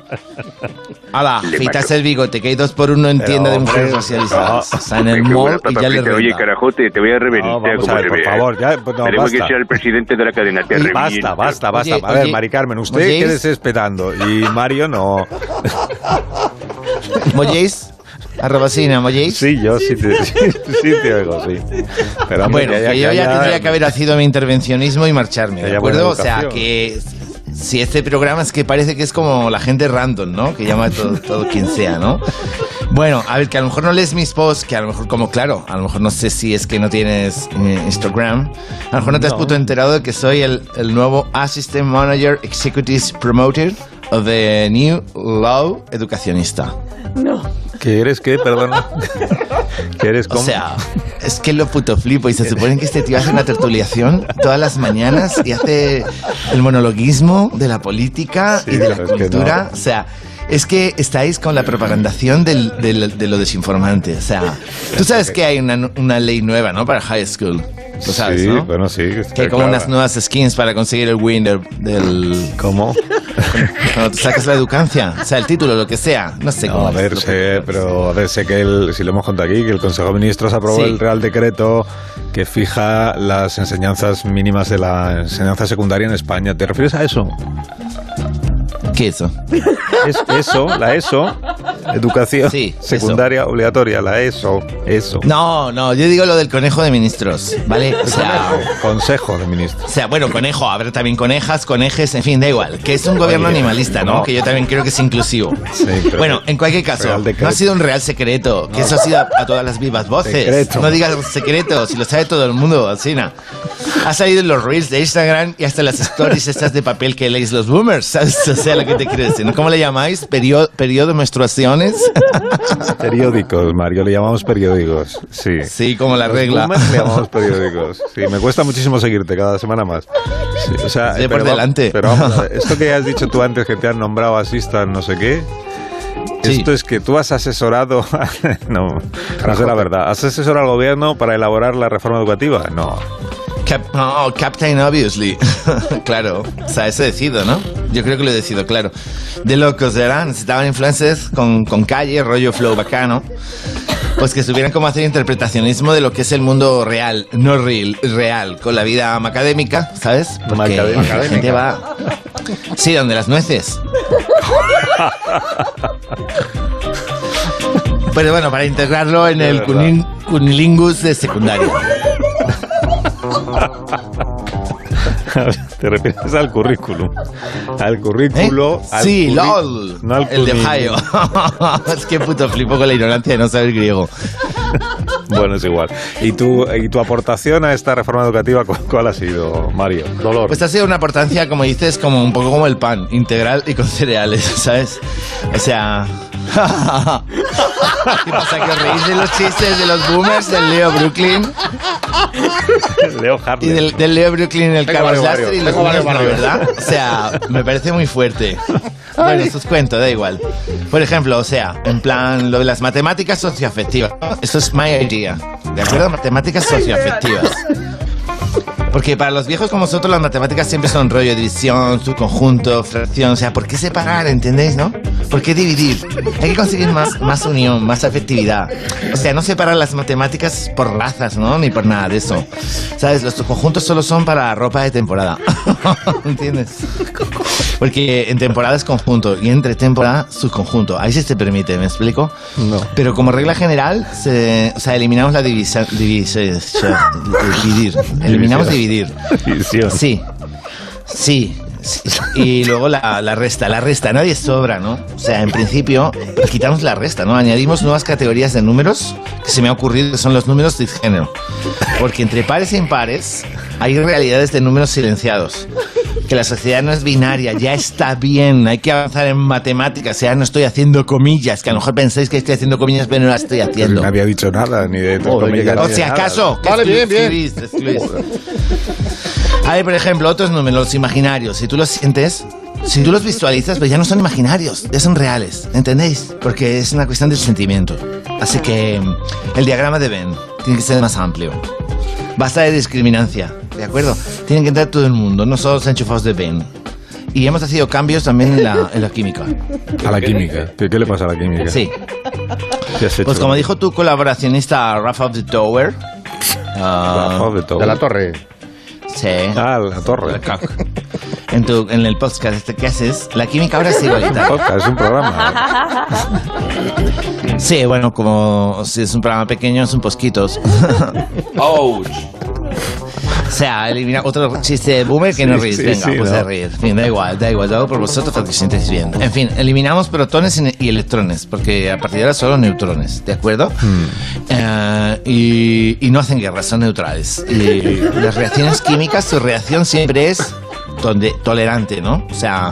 Speaker 6: Ala,
Speaker 16: Le
Speaker 6: feitas
Speaker 16: mato.
Speaker 6: el bigote, que hay dos por uno en
Speaker 16: Pero,
Speaker 6: tienda de mujeres
Speaker 16: hombre,
Speaker 6: racializadas.
Speaker 16: no.
Speaker 6: O sea, en el
Speaker 16: Venga, una
Speaker 6: mall y
Speaker 16: papa
Speaker 6: ya le
Speaker 16: frita. Oye,
Speaker 6: renta.
Speaker 16: carajote, te voy a reventar
Speaker 1: No, vamos
Speaker 16: como
Speaker 1: a ver,
Speaker 16: te
Speaker 1: por
Speaker 16: vea.
Speaker 1: favor, ya, pues no,
Speaker 16: Tenemos que
Speaker 1: basta.
Speaker 16: ser el presidente de la cadena, te
Speaker 1: Basta,
Speaker 16: reviento.
Speaker 1: basta, basta. a ver, Mari Carmen, usted
Speaker 6: oye,
Speaker 1: qué
Speaker 6: es-
Speaker 1: desesperando. Y Mario no.
Speaker 6: ¿Molléis? Arrobacina, ¿molléis?
Speaker 1: Sí, yo sí te, sí, sí te oigo, sí. Pero hombre,
Speaker 6: bueno,
Speaker 1: que haya-
Speaker 6: que yo
Speaker 1: que
Speaker 6: ya
Speaker 1: haya-
Speaker 6: tendría que haber hacido mi intervencionismo y marcharme, ¿de
Speaker 1: haya buena
Speaker 6: acuerdo? O sea,
Speaker 1: educación.
Speaker 6: que si este programa es que parece que es como la gente random, ¿no? Que llama a todo, todo quien sea, ¿no? Bueno, a ver, que a lo mejor no lees mis posts, que a lo mejor, como claro, a lo mejor no sé si es que no tienes eh, Instagram, a lo mejor no te has
Speaker 1: No.
Speaker 6: puto enterado de que soy el, el nuevo Assistant Manager Executive Promoter of the New Law Educacionista.
Speaker 2: No.
Speaker 1: ¿Que eres qué? Perdón. ¿Que eres
Speaker 6: O sea, es que lo puto flipo. Y se supone que este tío hace una tertuliación todas las mañanas y hace el monologuismo de la política
Speaker 1: Sí,
Speaker 6: y de la
Speaker 1: pero es que
Speaker 6: cultura.
Speaker 1: no.
Speaker 6: O sea, es que estáis con la propagandación del- del- de lo desinformante. O sea, tú sabes que hay una, una ley nueva, ¿no? Para high school. Tú sabes,
Speaker 1: sí,
Speaker 6: ¿no?
Speaker 1: bueno, eh, sí.
Speaker 6: Que hay como unas nuevas skins para conseguir el win del... del-
Speaker 1: ¿Cómo?
Speaker 6: Cuando te sacas la educancia, o sea, el título, lo que sea, no sé
Speaker 1: No,
Speaker 6: cómo
Speaker 1: a
Speaker 6: es.
Speaker 1: ver, sé, pero a ver, sé que el, si lo hemos contado aquí, que el Consejo de Ministros aprobó
Speaker 6: Sí.
Speaker 1: el Real Decreto que fija las enseñanzas mínimas de la enseñanza secundaria en España. ¿Te refieres a eso?
Speaker 6: ¿Qué eso?
Speaker 1: Es eso, la ESO, educación
Speaker 6: Sí, eso.
Speaker 1: secundaria obligatoria, la ESO, eso.
Speaker 6: No, no, yo digo lo del conejo de ministros, ¿vale? O sea,
Speaker 1: Consejo de Ministros.
Speaker 6: o sea, bueno, conejo, habrá también conejas, conejes, en fin, da igual. Que es un gobierno
Speaker 1: Oye,
Speaker 6: animalista, ¿no?
Speaker 1: no.
Speaker 6: Que yo también creo que es inclusivo.
Speaker 1: pero-
Speaker 6: bueno, eh. en cualquier caso,
Speaker 1: Real decreto.
Speaker 6: no ha sido un real secreto, que
Speaker 1: No.
Speaker 6: eso ha sido a, a todas las vivas voces.
Speaker 1: Secreto.
Speaker 6: No digas secreto, si lo sabe todo el mundo, Alcina. Ha salido en los reels de Instagram y hasta las stories estas de papel que leéis los boomers, ¿sabes? O sea, lo que te quiero decir, ¿no? ¿Cómo le llamáis? ¿Perio- ¿Periodo de menstruaciones?
Speaker 1: Periódicos, Mario, le llamamos periódicos. Sí.
Speaker 6: Sí, como la regla.
Speaker 1: Le llamamos periódicos. Sí, me cuesta muchísimo seguirte cada semana más. Sí, o sea,
Speaker 6: Sí,
Speaker 1: eh,
Speaker 6: por
Speaker 1: pero va-
Speaker 6: delante.
Speaker 1: pero vamos a ver, esto que has dicho tú antes, que te han nombrado asista, no sé qué. Esto es que tú has asesorado. no, no sé la verdad. ¿Has asesorado al gobierno para elaborar la reforma educativa? No.
Speaker 6: Cap- no, oh, Captain Obviously. claro. O sea, eso decido, ¿no? Yo creo que lo decido, claro. De locos, ¿verdad? Necesitaban influencers con, con calle, rollo flow bacano. Pues que supieran cómo hacer interpretacionismo de lo que es el mundo real, no real, real, con la vida académica, ¿sabes? Porque
Speaker 1: Macadémica.
Speaker 6: la gente va... Sí, donde las nueces. Pero bueno, para integrarlo en
Speaker 1: De
Speaker 6: el
Speaker 1: verdad.
Speaker 6: cunin- cunilingus de secundaria.
Speaker 1: Te refieres al currículum. Al currículo.
Speaker 6: ¿Eh?
Speaker 1: al
Speaker 6: Sí,
Speaker 1: curri-
Speaker 6: LOL.
Speaker 1: No al
Speaker 6: el de
Speaker 1: curri-
Speaker 6: Ohio. es que puto flipo con la ignorancia de no saber griego.
Speaker 1: Bueno, es igual. ¿Y tu, y tu aportación a esta reforma educativa cu- cuál ha sido, Mario? Dolor.
Speaker 6: Pues ha sido una importancia, como dices, como un poco como el pan, integral y con cereales, ¿sabes? O sea. ¿Qué pasa? ¿Que os reís de los chistes de los boomers del Leo Brooklyn?
Speaker 1: Leo
Speaker 6: Y
Speaker 1: Harley.
Speaker 6: del, del Leo Brooklyn, el
Speaker 1: Tengo
Speaker 6: Carlos
Speaker 1: varios, varios.
Speaker 6: Lastre y los
Speaker 1: Tengo
Speaker 6: boomers,
Speaker 1: varios,
Speaker 6: no,
Speaker 1: varios.
Speaker 6: ¿verdad? O sea, me parece muy fuerte. Bueno, eso os cuento, da igual. Por ejemplo, o sea, en plan, lo de las matemáticas socioafectivas. Esto es my idea. ¿De acuerdo? Matemáticas socioafectivas. Porque para los viejos como nosotros las matemáticas siempre son rollo, división, subconjunto, fracción, o sea, ¿por qué separar? ¿Entendéis, no? ¿Por qué dividir? Hay que conseguir más, más unión, más afectividad. O sea, no separar las matemáticas por razas, ¿no? Ni por nada de eso. ¿Sabes? Los conjuntos solo son para ropa de temporada. ¿Entiendes? Porque en temporada es conjunto y entre temporada subconjunto. Ahí sí se permite, ¿me explico? No. Pero como regla general, se, o sea, eliminamos la división. dividir. Eliminamos dividir. Sí. Sí. sí. Y luego la, la resta, la resta, nadie sobra, ¿no? O sea, en principio pues, quitamos la resta, ¿no? Añadimos nuevas categorías de números que se me ha ocurrido que son los números de género. Porque entre pares e impares hay realidades de números silenciados. Que la sociedad no es binaria, ya está bien, hay que avanzar en matemáticas, o sea, no estoy haciendo comillas, que a lo mejor pensáis que estoy haciendo comillas, pero no las estoy haciendo.
Speaker 1: No había dicho nada, ni de
Speaker 6: Joder,
Speaker 1: comillas,
Speaker 6: o
Speaker 1: ni
Speaker 6: sea,
Speaker 1: nada.
Speaker 6: acaso.
Speaker 1: Vale, bien, bien.
Speaker 6: Hay, por ejemplo, otros números imaginarios. Si tú los sientes, si tú los visualizas, pues ya no son imaginarios, ya son reales. ¿Entendéis? Porque es una cuestión del sentimiento. Así que mm, el diagrama de Venn tiene que ser más amplio. Basta de discriminancia, ¿de acuerdo? Tienen que entrar todo el mundo, no solo los enchufados de Venn. Y hemos hacido cambios también en la, en la química.
Speaker 1: A la química. ¿Qué, qué le pasa a la química?
Speaker 6: Sí.
Speaker 1: ¿Qué has hecho?
Speaker 6: Pues como dijo tu colaboracionista Rafa of the Tower. Rafa
Speaker 1: of the Tower.
Speaker 6: De la torre. Ah, Sí.
Speaker 1: Ah, la torre.
Speaker 6: En, tu, en el podcast este que haces, la química ahora es igualita.
Speaker 1: Es un podcast, es un programa.
Speaker 6: Sí, bueno, como si es un programa pequeño, son posquitos. ¡Ouch! O sea, elimina otro chiste de boomer que no
Speaker 17: Sí,
Speaker 6: ríes.
Speaker 17: sí,
Speaker 6: Venga,
Speaker 17: sí,
Speaker 6: pues
Speaker 17: ¿no?
Speaker 6: de reír. En fin, da igual, da igual. Yo hago por vosotros para que os sintáis bien. En fin, eliminamos protones y ne- y electrones, porque a partir de ahora solo neutrones, ¿de acuerdo?
Speaker 17: Mm.
Speaker 6: Eh, y, y no hacen guerra, son neutrales. Y las reacciones químicas, su reacción siempre es donde, tolerante, ¿no? O sea,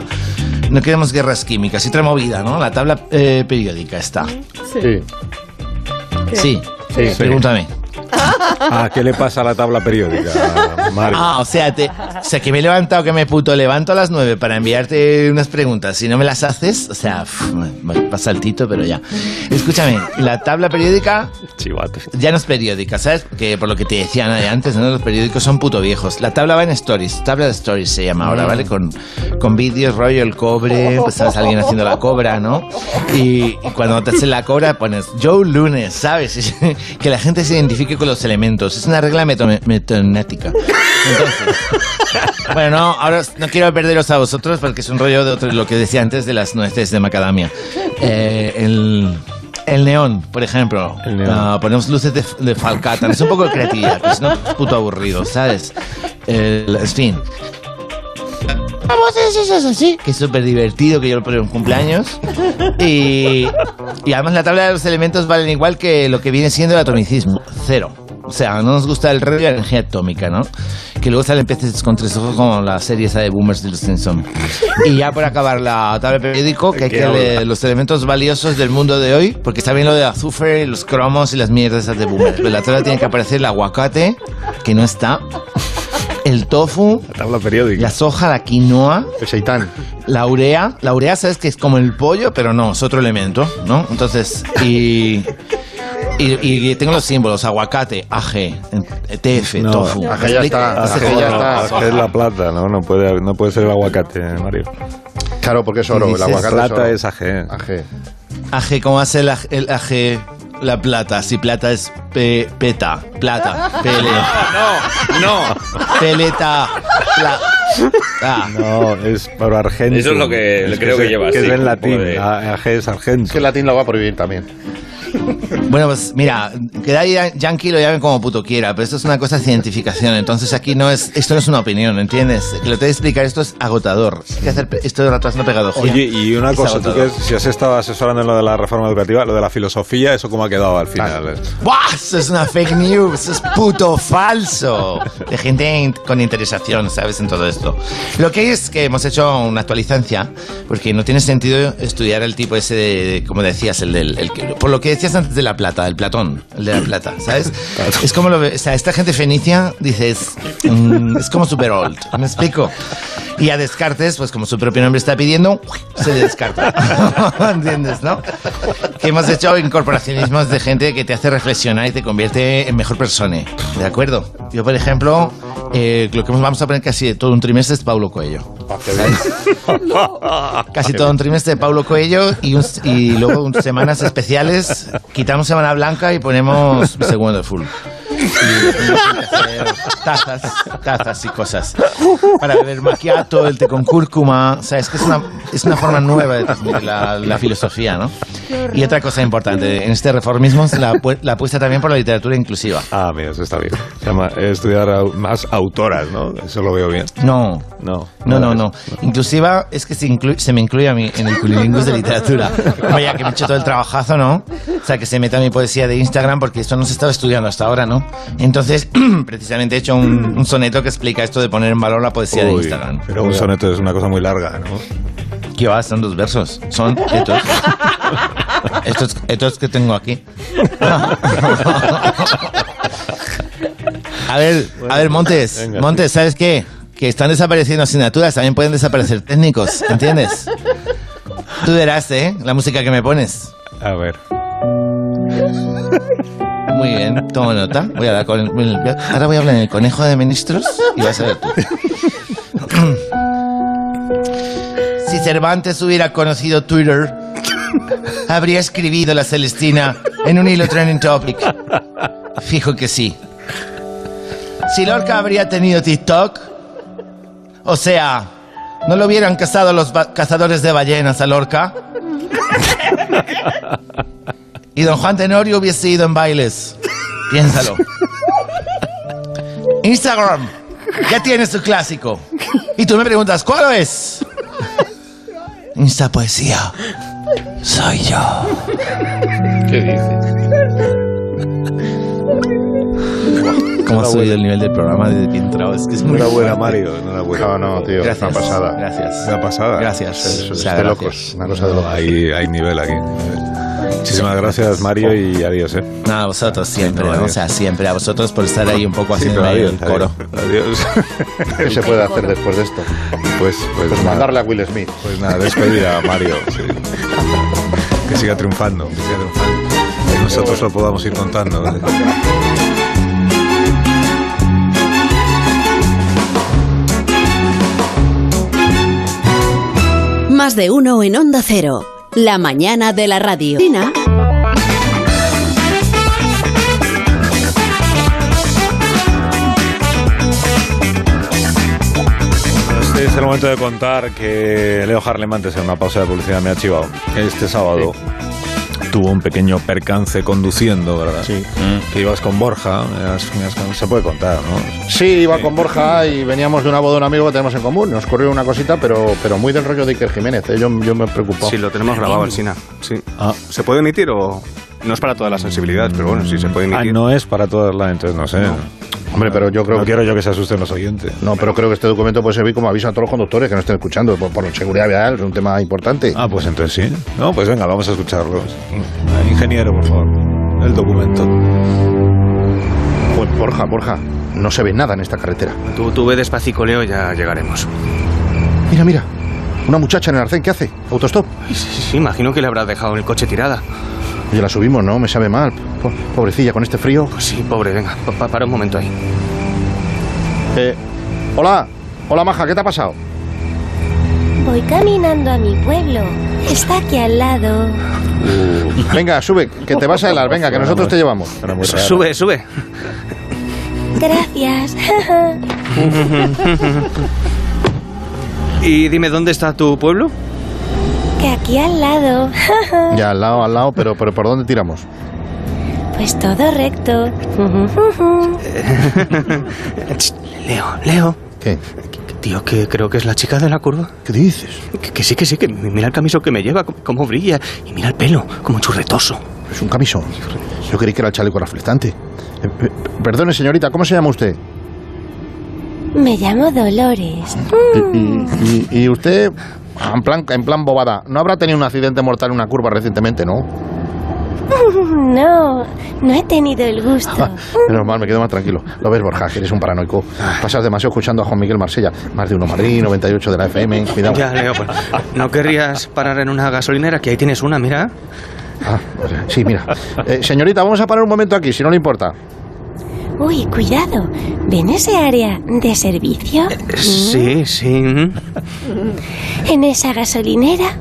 Speaker 6: no queremos guerras químicas, otra movida, ¿no? La tabla eh, periódica está.
Speaker 3: Sí.
Speaker 6: Sí.
Speaker 1: Sí.
Speaker 6: Pregúntame.
Speaker 1: Ah, ¿qué le pasa a la tabla periódica, Mario?
Speaker 6: Ah, o sea, te, o sea, que me he levantado, que me puto levanto a las 9 para enviarte unas preguntas. Si no me las haces, o sea, pf, me- me pasa el tito, pero ya. Escúchame, la tabla periódica ya no es periódica, ¿sabes? Porque por lo que te decían antes, ¿no? los periódicos son puto viejos. La tabla va en stories, tabla de stories se llama ahora, ¿vale? Con, con vídeos, rollo, el cobre, pues sabes, alguien haciendo la cobra, ¿no? Y, y cuando te hacen la cobra pones Joe Lunes, ¿sabes? Que la gente se identifique con los elementos. Es una regla metome- metonética. Bueno, no, ahora no quiero perderos a vosotros porque es un rollo de otro, lo que decía antes de las nueces de macadamia. Eh, el, el neón, por ejemplo. Ah, ponemos luces de, de falcata. Es un poco de creatividad, pues no es puto aburrido, ¿sabes? El, en fin, Vamos, eso es así. que es súper divertido que yo lo pongo en cumpleaños. Y, y además la tabla de los elementos valen igual que lo que viene siendo el atomicismo. Cero. O sea, no nos gusta el rollo de la energía atómica, ¿no? Que luego salen peces con tres ojos como la serie esa de Boomers de los Simpson. Y ya por acabar la tabla de periódico, que hay que
Speaker 17: Qué
Speaker 6: leer
Speaker 17: hola.
Speaker 6: los elementos valiosos del mundo de hoy, porque está bien lo de azufre, los cromos y las mierdas esas de Boomers. Pero en la tabla tiene que aparecer el aguacate, que no está, el tofu, la
Speaker 1: tabla periódica,
Speaker 6: la soja, la quinoa, el seitán, la urea. La urea, sabes que es como el pollo, pero no, es otro elemento, ¿no? Entonces, y. Y, y tengo los símbolos, aguacate, aje, TF,
Speaker 1: No,
Speaker 6: tofu. ¿Me
Speaker 1: aje ya
Speaker 6: explico?
Speaker 1: está,
Speaker 6: Entonces,
Speaker 1: aje ya
Speaker 6: no,
Speaker 1: está. Aje
Speaker 6: soja.
Speaker 1: Ah, es la plata, ¿no? No puede, no puede ser el aguacate, Mario.
Speaker 3: Claro, porque es oro, el
Speaker 6: Dices-
Speaker 3: aguacate
Speaker 1: plata
Speaker 3: es
Speaker 1: es aje.
Speaker 6: Aje, ¿cómo hace el aje? el aje? la plata, si plata es pe- peta, plata, pele. No, no, Peleta, pla- ah.
Speaker 1: No, es para argento.
Speaker 8: Eso es lo que- lo creo que
Speaker 1: es-
Speaker 8: lleva,
Speaker 1: Que es
Speaker 8: sí,
Speaker 1: en
Speaker 8: un
Speaker 1: latín.
Speaker 8: poco de-
Speaker 1: a- Aje es argento. Que
Speaker 3: el latín lo va a prohibir también.
Speaker 6: Bueno, pues mira, queda ahí Yankee lo llamen como puto quiera, pero esto es una cosa de identificación, entonces aquí no es, esto no es una opinión, ¿entiendes? Que Lo que te voy a explicar, esto es agotador. Hay que hacer pe- esto de ratas no pegadología.
Speaker 1: Oye, y una
Speaker 6: Es
Speaker 1: cosa, tú
Speaker 6: agotador.
Speaker 1: que si has estado asesorando en lo de la reforma educativa, lo de la filosofía, ¿eso cómo ha quedado al final?
Speaker 6: ¡Buah! Eso es una fake news, eso es puto falso. De gente in- con interesación, ¿sabes? En todo esto. Lo que hay es que hemos hecho una actualizancia, porque no tiene sentido estudiar el tipo ese, de, de- como decías, el del. el que- por lo que decías antes de la plata, el Platón, el de la plata, ¿sabes? Es como lo. ve- O sea, esta gente fenicia, dices. mm, es como super old, ¿me explico? Y a Descartes, pues como su propio nombre está pidiendo, se descarta. ¿Entiendes, no? Que hemos hecho incorporacionismos de gente que te hace reflexionar y te convierte en mejor persona. ¿De acuerdo? Yo, por ejemplo, eh, lo que vamos a poner casi de todo un trimestre es Pablo Coelho. Casi todo un trimestre de Pablo Coelho y, un- y luego un- semanas especiales. Quitamos Semana Blanca y ponemos Segundo de Full. Tazas, tazas y cosas. Para beber maquiato, el té con cúrcuma. O sea, es que es una, es una forma nueva de transmitir la, la filosofía, ¿no? Y otra cosa importante, en este reformismo es la, pu- la apuesta también por la literatura inclusiva.
Speaker 1: Ah, mira, eso está bien. Se llama estudiar au- más autoras, ¿no? Eso lo veo bien.
Speaker 6: No.
Speaker 1: No.
Speaker 6: No, no, no. Inclusiva es que se, inclu- se me incluye a mí en el Cunilingus de literatura. Como ya que me he hecho todo el trabajazo, ¿no? O sea, que se meta mi poesía de Instagram porque esto no se estaba estudiando hasta ahora, ¿no? Entonces, precisamente he hecho un, un soneto que explica esto de poner en valor la poesía de
Speaker 1: Uy,
Speaker 6: Instagram.
Speaker 1: Pero un soneto es una cosa muy larga, ¿no?
Speaker 6: ¿Qué va? Son dos versos. Son estos. Estos, estos que tengo aquí. A ver, a ver, Montes.
Speaker 17: venga,
Speaker 6: Montes, ¿sabes qué? Que están desapareciendo asignaturas, también pueden desaparecer técnicos, ¿entiendes? Tú verás, ¿eh? La música que me pones.
Speaker 1: A ver.
Speaker 6: Muy bien, tomo nota. Voy a hablar con el- el- ahora voy a hablar en el conejo de ministros y vas a ver tú. Si Cervantes hubiera conocido Twitter, habría escribido la Celestina en un hilo trending topic. Fijo que sí. Si Lorca habría tenido TikTok, o sea, no lo hubieran cazado los ba- cazadores de ballenas a Lorca. Y don Juan Tenorio hubiese ido en bailes. Piénsalo. Instagram ya tiene su clásico. Y tú me preguntas, ¿cuál es? Insta poesía. Soy yo.
Speaker 17: ¿Qué dices?
Speaker 6: ¿Cómo ha subido el nivel del programa de Pintrao? Es que es muy
Speaker 1: Enhorabuena,
Speaker 6: fuerte.
Speaker 1: Mario. Enhorabuena.
Speaker 3: No, no, tío,
Speaker 6: Gracias.
Speaker 3: una pasada.
Speaker 6: Gracias.
Speaker 1: Una pasada.
Speaker 6: Gracias.
Speaker 1: Eso es
Speaker 6: O sea,
Speaker 1: de
Speaker 6: gracias.
Speaker 1: locos. Una cosa de locos. Hay, hay nivel aquí. Muchísimas gracias, Mario, y adiós, ¿eh?
Speaker 6: No, a vosotros siempre,
Speaker 1: No,
Speaker 6: ¿no? o
Speaker 1: adiós.
Speaker 6: sea, siempre, a vosotros por estar ahí un poco
Speaker 1: Sí,
Speaker 6: haciendo
Speaker 1: pero
Speaker 6: ahí
Speaker 1: adiós,
Speaker 6: el coro.
Speaker 1: Adiós.
Speaker 3: ¿Qué se puede hacer después de esto?
Speaker 1: Pues, pues,
Speaker 3: Pues
Speaker 1: nada.
Speaker 3: mandarle a Will Smith.
Speaker 1: Pues nada, despedir a Mario. sí. Que siga triunfando, que siga triunfando. Que nosotros lo podamos ir contando. ¿eh?
Speaker 15: Más de uno en Onda Cero. La mañana de la radio. Sina.
Speaker 1: Este es el momento de contar que Leo Harlem antes en una pausa de publicidad me ha chivado. Este sábado tuvo un pequeño percance conduciendo, ¿verdad? Sí. Que ibas con Borja. eh, me has- me has- se puede contar, ¿no?
Speaker 3: Sí, iba con Borja y veníamos de una boda de un amigo que tenemos en común. Nos corrió una cosita, pero, pero muy del rollo de Iker Jiménez. ¿eh? Yo, yo me Mm. preocupaba.
Speaker 18: Sí, lo tenemos grabado al Sina. Sí. ¿Se puede emitir o.? No es para todas las sensibilidades, pero bueno, sí se puede
Speaker 1: Ah,
Speaker 18: emitir.
Speaker 1: no es para todas las, entonces no sé.
Speaker 3: Hombre, pero yo creo
Speaker 1: No quiero yo que se asusten los oyentes.
Speaker 3: No, pero creo que este documento puede servir como aviso a todos los conductores que nos estén escuchando. Por, por seguridad vial es un tema importante.
Speaker 1: Ah, pues entonces sí. No, pues venga, vamos a escucharlos. Ingeniero, por favor. El documento.
Speaker 3: Pues Borja, Borja, no se ve nada en esta carretera.
Speaker 18: Tú, tú ve despacito, Leo, ya llegaremos.
Speaker 3: Mira, mira. Una muchacha en el arcén, ¿qué hace? ¿Autostop?
Speaker 18: Sí, sí, sí, imagino que le habrás dejado el coche tirada.
Speaker 3: Oye, la subimos, ¿no? Me sabe mal. Po- Pobrecilla, con este frío.
Speaker 18: Pues sí, pobre, venga, pa- pa- para un momento ahí.
Speaker 3: Eh, hola, hola Maja, ¿qué te ha pasado?
Speaker 19: Voy caminando a mi pueblo. Está aquí al lado.
Speaker 3: Uh. Venga, sube, que te vas a helar. Venga, que nosotros te llevamos.
Speaker 18: Su- Sube, sube.
Speaker 19: Gracias.
Speaker 18: y dime, ¿dónde está tu pueblo?
Speaker 19: que aquí al lado.
Speaker 3: Ya, al lado, al lado, pero, pero ¿por dónde tiramos?
Speaker 19: pues todo recto.
Speaker 18: Ch, Leo, Leo.
Speaker 3: ¿Qué?
Speaker 18: Tío, que creo que es la chica de la curva.
Speaker 3: ¿Qué dices?
Speaker 18: Que, que sí, que sí, que mira el camiso que me lleva, cómo- cómo brilla. Y mira el pelo, como churretoso.
Speaker 3: Es un camisón. Yo creí que era el chaleco reflectante. Eh, eh, perdone, señorita, ¿cómo se llama usted?
Speaker 19: Me llamo Dolores.
Speaker 3: Y, y- y usted, ah, en plan, en plan bobada, ¿no habrá tenido un accidente mortal en una curva recientemente, no?
Speaker 19: no, no he tenido el gusto.
Speaker 3: Menos mal, me quedo más tranquilo. Lo ves, Borja, que eres un paranoico. Pasas demasiado escuchando a Juan Miguel Marsella. Más de uno Madrid, 98 de la FM. Cuidado.
Speaker 18: Ya, Leo, pues, ¿no querrías parar en una gasolinera? Que ahí tienes una, mira.
Speaker 3: Ah, sí, mira. Eh, señorita, vamos a parar un momento aquí, si no le importa.
Speaker 19: Uy, cuidado. ¿Ven ese área de servicio?
Speaker 1: Eh,
Speaker 19: Mm,
Speaker 18: Sí, sí.
Speaker 19: En esa gasolinera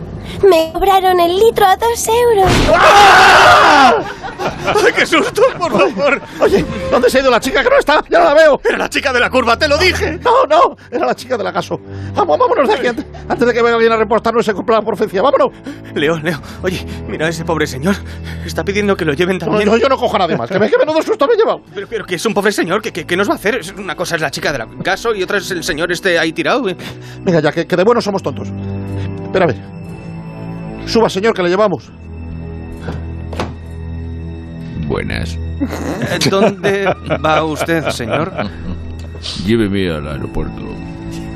Speaker 19: me cobraron el litro a dos euros.
Speaker 1: ¡Ah!
Speaker 3: ¡Qué susto, por favor! Oye, ¿dónde se ha ido la chica que no está? ¡Ya no la veo! ¡Era la chica de la curva, te lo dije! No, no, era la chica de la gaso. Vamos, vámonos de aquí antes, antes de que venga alguien a reportarnos y se cumpla la profecía. ¡Vámonos!
Speaker 18: Leo, Leo, oye, mira a ese pobre señor. Está pidiendo que lo lleven
Speaker 3: No,
Speaker 18: también.
Speaker 3: no, yo no cojo a nadie más. Que me, que menudo susto me he llevado.
Speaker 18: Pero, pero que es un pobre señor, que, que- que nos va a hacer? Es- Una cosa es la chica del caso y otra es el señor este ahí tirado.
Speaker 3: Venga, ya, que, que de buenos somos tontos. Espérame. Suba, señor, que le llevamos.
Speaker 20: Buenas.
Speaker 18: Eh, ¿Dónde va usted, señor?
Speaker 20: Lléveme al aeropuerto.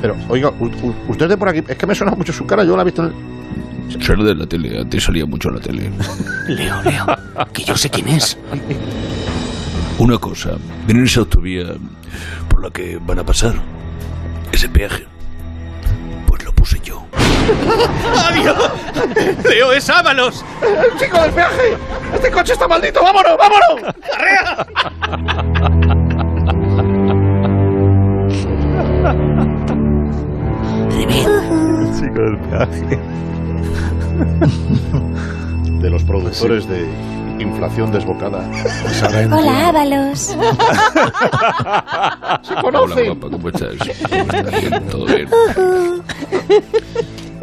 Speaker 3: Pero, oiga, u- u- usted es de por aquí. Es que me suena mucho su cara, yo la he visto en el...
Speaker 20: Solo de la tele, antes salía mucho a la tele.
Speaker 18: Leo, Leo, que yo sé quién es.
Speaker 20: Una cosa, en esa autovía por la que van a pasar, ese peaje, pues lo puse yo.
Speaker 18: ¡Adiós! ¡Leo, es Ábalos!
Speaker 3: ¡El chico del peaje! ¡Este coche está maldito! ¡Vámonos, vámonos!
Speaker 1: El chico del peaje.
Speaker 3: De los productores de Inflación Desbocada.
Speaker 19: Hola, Ábalos.
Speaker 3: Se conocen.
Speaker 20: Hola, guapa, ¿cómo estás? ¿Cómo estás? Bien, ¿Todo bien?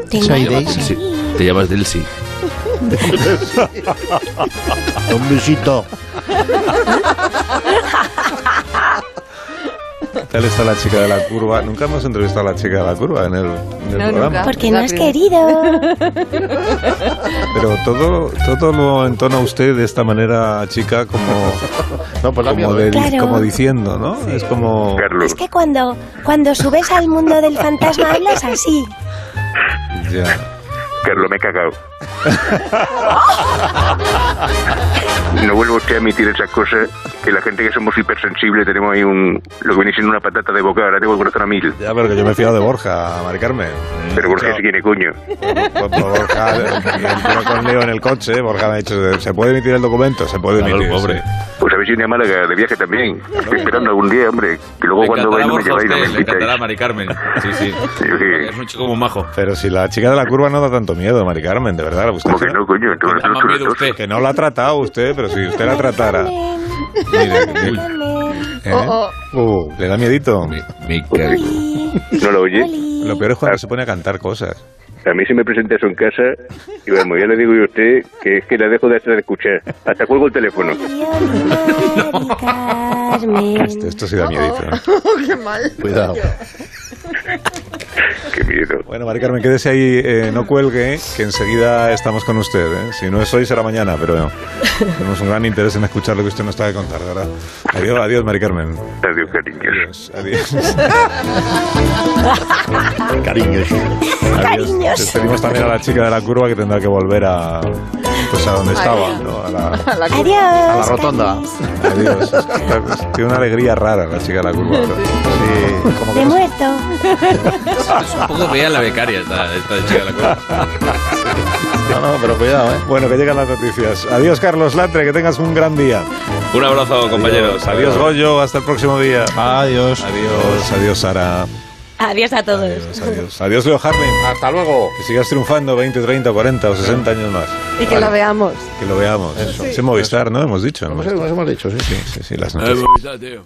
Speaker 19: Tengo
Speaker 20: Te
Speaker 19: algo
Speaker 20: llamas-
Speaker 19: para
Speaker 20: sí,
Speaker 19: ti.
Speaker 20: Te llamas Delcy.
Speaker 3: Don Luisito.
Speaker 1: Tal está la chica de la curva. Nunca hemos entrevistado a la chica de la curva en el, en el programa.
Speaker 19: Porque no has querido.
Speaker 1: Pero todo, todo lo entona usted de esta manera, chica, como, como, de-
Speaker 19: Claro.
Speaker 1: como diciendo, ¿no? Es como...
Speaker 19: Es que cuando, cuando subes al mundo del fantasma hablas así.
Speaker 16: Carlos, me he cagado. No vuelvo usted a emitir esas cosas, que la gente que somos hipersensibles tenemos ahí un, lo que viene siendo una patata de boca, ahora tengo el corazón a mil.
Speaker 1: Ya, pero que yo me he fiado de Borja, Mari Carmen.
Speaker 16: Pero Borja sí quiere coño.
Speaker 1: Por- por Borja, entro con Leo en el coche, Borja me ha dicho, ¿se puede emitir el documento? Se puede
Speaker 16: Claro,
Speaker 1: emitir,
Speaker 16: el pobre.
Speaker 1: sí.
Speaker 16: Pues habéis ido a Málaga de viaje también. Estoy esperando algún día, hombre, que luego
Speaker 1: Le
Speaker 16: cuando
Speaker 1: encantará
Speaker 16: vais no me
Speaker 1: Borja a
Speaker 16: lleváis, no me
Speaker 1: usted, le
Speaker 16: invitáis.
Speaker 1: encantará.
Speaker 7: Era Mari Carmen. Sí, sí. Es un chico muy majo.
Speaker 1: Pero si la chica de la curva no da tanto miedo, Mari Carmen, de verdad. Usted que no,
Speaker 16: coño?
Speaker 1: Que no la ha tratado usted, pero si usted la tratara... Mire, ¿eh? Uh, ¿Le da miedito?
Speaker 16: ¿No lo oye?
Speaker 1: Lo peor es cuando se pone a cantar cosas.
Speaker 16: A mí si me presenta eso en casa, y vamos, ya le digo yo a usted que es que la dejo de hacer de escuchar. Hasta cuelgo el teléfono.
Speaker 1: Esto, esto
Speaker 7: Oh,
Speaker 1: sí da miedito. ¿eh?
Speaker 2: Qué mal.
Speaker 1: Cuidado.
Speaker 16: Qué miedo.
Speaker 1: Bueno, Mari Carmen, quédese ahí, eh, no cuelgue, que enseguida estamos con usted. ¿eh? Si no es hoy, será mañana, pero tenemos un gran interés en escuchar lo que usted nos está de contar, de ¿verdad? Adiós, adiós, Mari Carmen.
Speaker 16: Adiós, cariños.
Speaker 1: Adiós. Cariños.
Speaker 2: Cariños.
Speaker 1: Despedimos también a la chica de la curva que tendrá que volver a, pues a donde estaba, ¿no? A la,
Speaker 2: Adiós.
Speaker 1: a la rotonda. Adiós. Está- Tiene una alegría rara la chica de la curva. ahora. Sí, como
Speaker 19: De muerto.
Speaker 4: Es un poco fea la becaria esta, esta chica de la
Speaker 1: No, no, pero cuidado, ¿eh? Bueno, que llegan las noticias. Adiós, Carlos Latre, que tengas un gran día.
Speaker 7: Un abrazo, compañeros.
Speaker 1: Adiós, Goyo, hasta el próximo día.
Speaker 6: Adiós.
Speaker 1: Adiós, adiós, Sara.
Speaker 5: Adiós a todos.
Speaker 1: Adiós, adiós Leo Harlem.
Speaker 3: Hasta luego.
Speaker 1: Que sigas triunfando 20, 30, 40 o 60 años más.
Speaker 2: Y que lo veamos.
Speaker 1: Que lo veamos. Eso. Es en Movistar, ¿no? Hemos dicho. en
Speaker 3: Nos hemos dicho, sí.
Speaker 1: Sí, sí, sí, las noticias.
Speaker 20: tío.